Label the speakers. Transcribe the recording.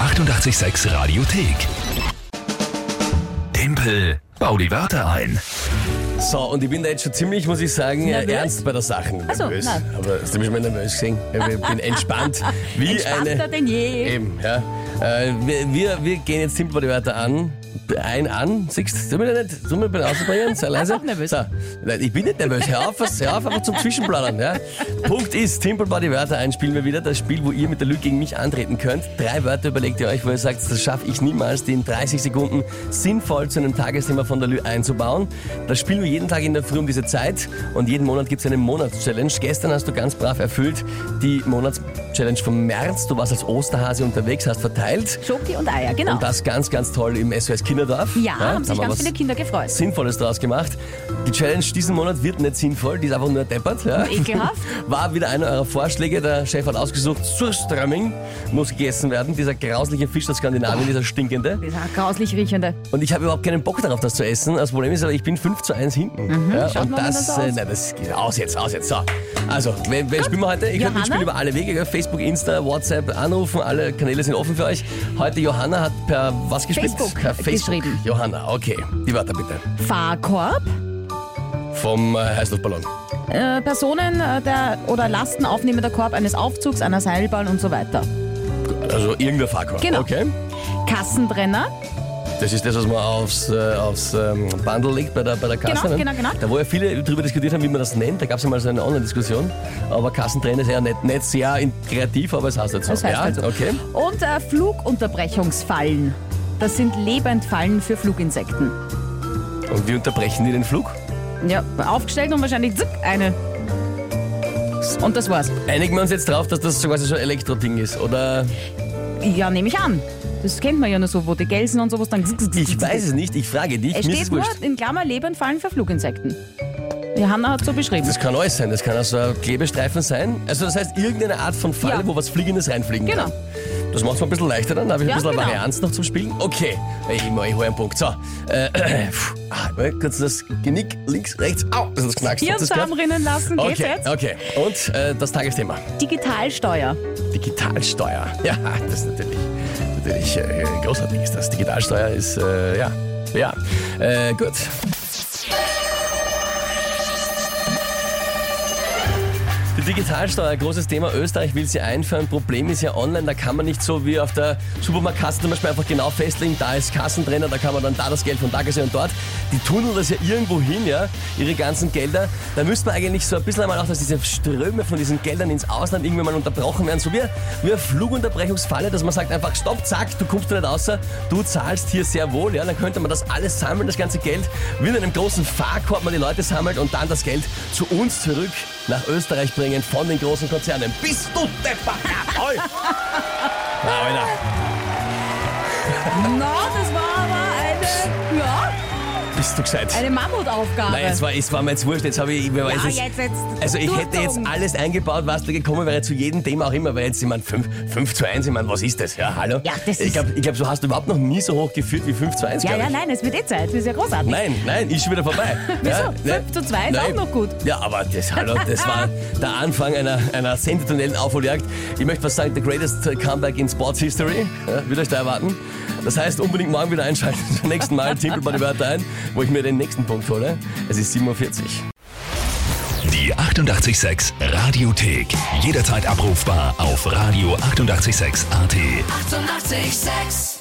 Speaker 1: 886 Radiothek. Tempel, bau die Wörter ein.
Speaker 2: So, und ich bin da jetzt schon ziemlich, muss ich sagen, äh,
Speaker 3: Nervös?
Speaker 2: ernst bei der Sache.
Speaker 3: Ach so,
Speaker 2: nervös.
Speaker 3: nein.
Speaker 2: Aber hast du mich mal nervös gesehen? Ich bin entspannt. Wie
Speaker 3: Entspannter
Speaker 2: eine.
Speaker 3: denn je.
Speaker 2: Eben, ja. Äh, wir, wir, wir gehen jetzt simpel die Wörter an. Ein an. Siehst du, sind wir nicht? Sind wir bei rausbringen? Sei leise.
Speaker 3: Auch nervös.
Speaker 2: So. Nein, ich bin nicht nervös. Hör auf, was, hör auf einfach zum Zwischenplanen. Ja. Punkt ist, Simple Body Wörter ein, spielen wir wieder. Das Spiel, wo ihr mit der Lüge gegen mich antreten könnt. Drei Wörter überlegt ihr euch, wo ihr sagt, das schaffe ich niemals, die in 30 Sekunden sinnvoll zu einem Tagesthema von der Lü einzubauen. Das spielen wir jeden Tag in der Früh um diese Zeit und jeden Monat gibt es eine Monatschallenge. Gestern hast du ganz brav erfüllt die Monatschallenge vom März. Du warst als Osterhase unterwegs, hast verteilt.
Speaker 3: Schoki und Eier, genau.
Speaker 2: Und das ganz, ganz toll im SOS Kinderdorf.
Speaker 3: ja, haben
Speaker 2: da
Speaker 3: sich
Speaker 2: wir
Speaker 3: ganz
Speaker 2: was
Speaker 3: viele Kinder gefreut.
Speaker 2: Sinnvolles draus gemacht. Die Challenge diesen Monat wird nicht sinnvoll, die ist einfach nur deppert. Ja.
Speaker 3: Ekelhaft.
Speaker 2: War wieder einer eurer Vorschläge. Der Chef hat ausgesucht, Surströmming muss gegessen werden. Dieser grausliche Fisch aus Skandinavien, dieser stinkende.
Speaker 3: Dieser grauslich riechende.
Speaker 2: Und ich habe überhaupt keinen Bock darauf, das zu essen. Das Problem ist aber, ich bin 5 zu 1 hinten. ja,
Speaker 3: Mhm. schaut
Speaker 2: und
Speaker 3: mal, wenn
Speaker 2: das,
Speaker 3: das
Speaker 2: äh,
Speaker 3: aus-
Speaker 2: nein, das geht aus jetzt, aus jetzt. So. Also, wer, wer spielen wir heute? Ich
Speaker 3: Johanna?
Speaker 2: ich spiele über alle Wege. gell? Facebook, Insta, WhatsApp, anrufen. Alle Kanäle sind offen für euch. Heute Johanna hat per was gespielt?
Speaker 3: Facebook
Speaker 2: per Facebook.
Speaker 3: geschrieben.
Speaker 2: Johanna, okay. Die Wörter bitte.
Speaker 3: Fahrkorb,
Speaker 2: Vom äh, Heißluftballon.
Speaker 3: äh, Personen äh, der, oder Lasten aufnehmender Korb eines Aufzugs, einer Seilbahn und so weiter.
Speaker 2: Also irgendein Fahrkorb.
Speaker 3: Genau.
Speaker 2: Okay.
Speaker 3: Kassentrenner,
Speaker 2: Das ist das, was man aufs, äh, aufs ähm, Bundle legt bei der, bei der Kasse.
Speaker 3: Genau,
Speaker 2: ne?
Speaker 3: genau, genau.
Speaker 2: Da wo ja viele darüber diskutiert haben, wie man das nennt. Da gab es ja mal so eine Online-Diskussion. Aber Kassenträne ist ja nicht, nicht sehr in- kreativ, aber es heißt jetzt so.
Speaker 3: das heißt
Speaker 2: ja,
Speaker 3: also.
Speaker 2: okay.
Speaker 3: Und äh, Flugunterbrechungsfallen. Das sind Lebendfallen für Fluginsekten.
Speaker 2: Und wie unterbrechen die den Flug?
Speaker 3: Ja, aufgestellt und wahrscheinlich zuck, eine. Und das war's.
Speaker 2: Einigen wir uns jetzt drauf, dass das so quasi so ein Elektroding ist, oder?
Speaker 3: Ja, nehme ich an. Das kennt man ja nur so, wo die Gelsen und sowas dann. zuck, zuck, zuck,
Speaker 2: Ich
Speaker 3: zuck,
Speaker 2: weiß es nicht, ich frage dich,
Speaker 3: Es
Speaker 2: mir ist es
Speaker 3: steht nur
Speaker 2: wurscht.
Speaker 3: in Klammer Lebendfallen für Fluginsekten. Johanna hat so beschrieben.
Speaker 2: Das kann alles sein, das kann also ein Klebestreifen sein. Also das heißt irgendeine Art von Falle,
Speaker 3: Ja.
Speaker 2: wo was Fliegendes reinfliegen
Speaker 3: Genau.
Speaker 2: kann. Das macht es mir ein bisschen leichter dann, da habe ich
Speaker 3: Ja,
Speaker 2: ein bisschen
Speaker 3: genau.
Speaker 2: Varianz noch zum Spielen. Okay, ich, ich hole einen Punkt. So, äh, pfuh, ah, kurz das Genick links, rechts, au, das ist knackst. Habt ihr's
Speaker 3: Hirnsamen
Speaker 2: gehört?
Speaker 3: rinnen lassen, geht's
Speaker 2: Okay,
Speaker 3: jetzt?
Speaker 2: okay. Und äh, das Tagesthema,
Speaker 3: Digitalsteuer.
Speaker 2: Digitalsteuer. Ja, das ist natürlich, natürlich äh, großartig ist das. Digitalsteuer ist, äh, ja, ja, äh, gut. Die Digitalsteuer, großes Thema. Österreich will sie einführen. Problem ist ja online, da kann man nicht so wie auf der Supermarktkasse zum Beispiel einfach genau festlegen, da ist Kassentrenner, da kann man dann da das Geld von da kassieren und dort. Die tunneln das ja irgendwo hin, ja, ihre ganzen Gelder. Da müsste man eigentlich so ein bisschen einmal auch, dass diese Ströme von diesen Geldern ins Ausland irgendwann mal unterbrochen werden. So wie, wie eine Flugunterbrechungsfalle, dass man sagt einfach, stopp, zack, du kommst da nicht außer, du zahlst hier sehr wohl, ja. Dann könnte man das alles sammeln, das ganze Geld, wie in einem großen Fahrkorb man die Leute sammelt und dann das Geld zu uns zurück nach Österreich bringen von den großen Konzernen. Bist du deppert? Ja, oi. Na, Alter.
Speaker 3: Na, das war aber eine, ja,
Speaker 2: Bist du gescheit?
Speaker 3: eine Mammutaufgabe.
Speaker 2: Nein, es war, es war mir jetzt wurscht. Jetzt habe ich, ich ja, es,
Speaker 3: jetzt, jetzt.
Speaker 2: Also ich hätte jetzt
Speaker 3: Durchzogen.
Speaker 2: alles eingebaut, was da gekommen wäre, zu jedem Thema auch immer, weil jetzt, ich meine, 5, 5 zu 1, ich meine, was ist das? Ja, hallo?
Speaker 3: Ja, das
Speaker 2: ich
Speaker 3: ist-
Speaker 2: glaube, glaub, so hast du überhaupt noch nie so hoch geführt wie 5 zu 1,
Speaker 3: ja,
Speaker 2: glaub
Speaker 3: ja,
Speaker 2: ich.
Speaker 3: nein, es wird eh Zeit. Das ist ja großartig.
Speaker 2: Nein, nein, ist schon wieder vorbei.
Speaker 3: Wieso?
Speaker 2: Ja,
Speaker 3: Fünf
Speaker 2: nein.
Speaker 3: zu zwei ist
Speaker 2: Nein.
Speaker 3: auch noch gut.
Speaker 2: Ja, aber das, hallo, das war der Anfang einer, einer sensationellen Aufholjagd. Ich möchte fast sagen, the greatest comeback in Sports History. Ja, wird euch da erwarten. Das heißt, unbedingt morgen wieder einschalten zum nächsten Mal. Timpel bei die Wörter ein, wo ich mir den nächsten Punkt hole. Es ist 47.
Speaker 1: Die 886 Radiothek. Jederzeit abrufbar auf radio886.at. 886!
Speaker 4: 886